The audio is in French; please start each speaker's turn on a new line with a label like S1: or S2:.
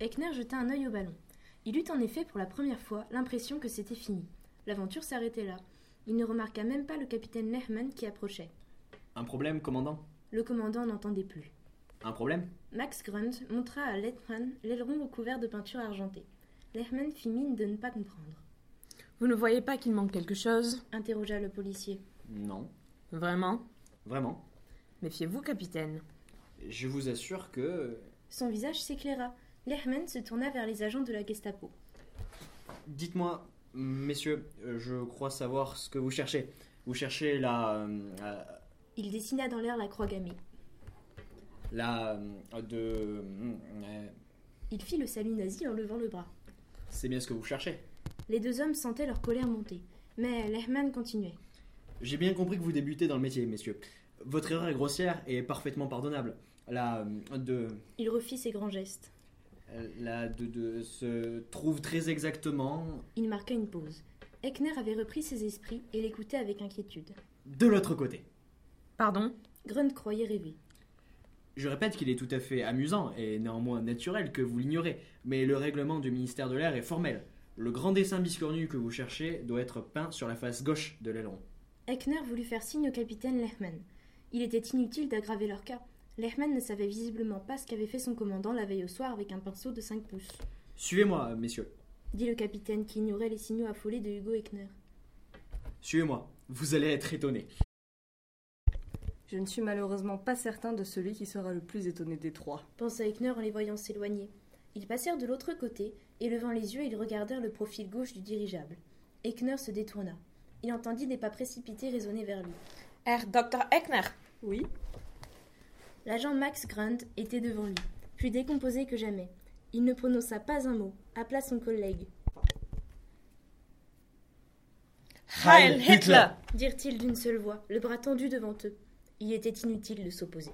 S1: Eckner jeta un œil au ballon. Il eut en effet pour la première fois l'impression que c'était fini. L'aventure s'arrêtait là. Il ne remarqua même pas le capitaine Lehman qui approchait.
S2: Un problème, commandant
S1: Le commandant n'entendait plus.
S2: Un problème
S1: Max Grunt montra à Lehman l'aileron recouvert de peinture argentée. Lehman fit mine de ne pas comprendre.
S3: Vous ne voyez pas qu'il manque quelque chose
S1: Interrogea le policier.
S2: Non.
S3: Vraiment
S2: Vraiment.
S3: Méfiez-vous, capitaine.
S2: Je vous assure que.
S1: Son visage s'éclaira. Lehman se tourna vers les agents de la Gestapo.
S2: Dites-moi, messieurs, euh, je crois savoir ce que vous cherchez. Vous cherchez la. euh, euh,
S1: Il dessina dans l'air la croix gammée.
S2: la. euh, de. euh,
S1: Il fit le salut nazi en levant le bras.
S2: C'est bien ce que vous cherchez.
S1: Les deux hommes sentaient leur colère monter. Mais Lehman continuait.
S2: J'ai bien compris que vous débutez dans le métier, messieurs. Votre erreur est grossière et parfaitement pardonnable. La. euh, de. euh,
S1: Il refit ses grands gestes.
S2: La. de. de se trouve très exactement.
S1: Il marqua une pause. Eckner avait repris ses esprits et l'écoutait avec inquiétude.
S2: de l'autre côté.
S3: Pardon
S1: Grunt croyait rêver.
S2: Je répète qu'il est tout à fait amusant et néanmoins naturel que vous l'ignorez, mais le règlement du ministère de l'Air est formel. Le grand dessin biscornu que vous cherchez doit être peint sur la face gauche de l'aileron.
S1: Eckner voulut faire signe au capitaine Lehman. Il était inutile d'aggraver leur cas. Lehman ne savait visiblement pas ce qu'avait fait son commandant la veille au soir avec un pinceau de 5 pouces,
S2: Suivez-moi, messieurs.
S1: dit le capitaine qui ignorait les signaux affolés de Hugo Eckner.
S2: Suivez-moi. Vous allez être étonnés.
S4: Je ne suis malheureusement pas certain de celui qui sera le plus étonné des trois.
S1: pensa Eckner en les voyant s'éloigner. Ils passèrent de l'autre côté, et levant les yeux, ils regardèrent le profil gauche du dirigeable. Eckner se détourna. Il entendit des pas précipités résonner vers lui.
S5: Herr Dr. Eckner,
S4: Oui,
S1: L'agent Max Grant était devant lui, plus décomposé que jamais. Il ne prononça pas un mot, appela son collègue.
S5: Heil Hitler
S1: Dirent-ils d'une seule voix, le bras tendu devant eux. Il était inutile de s'opposer.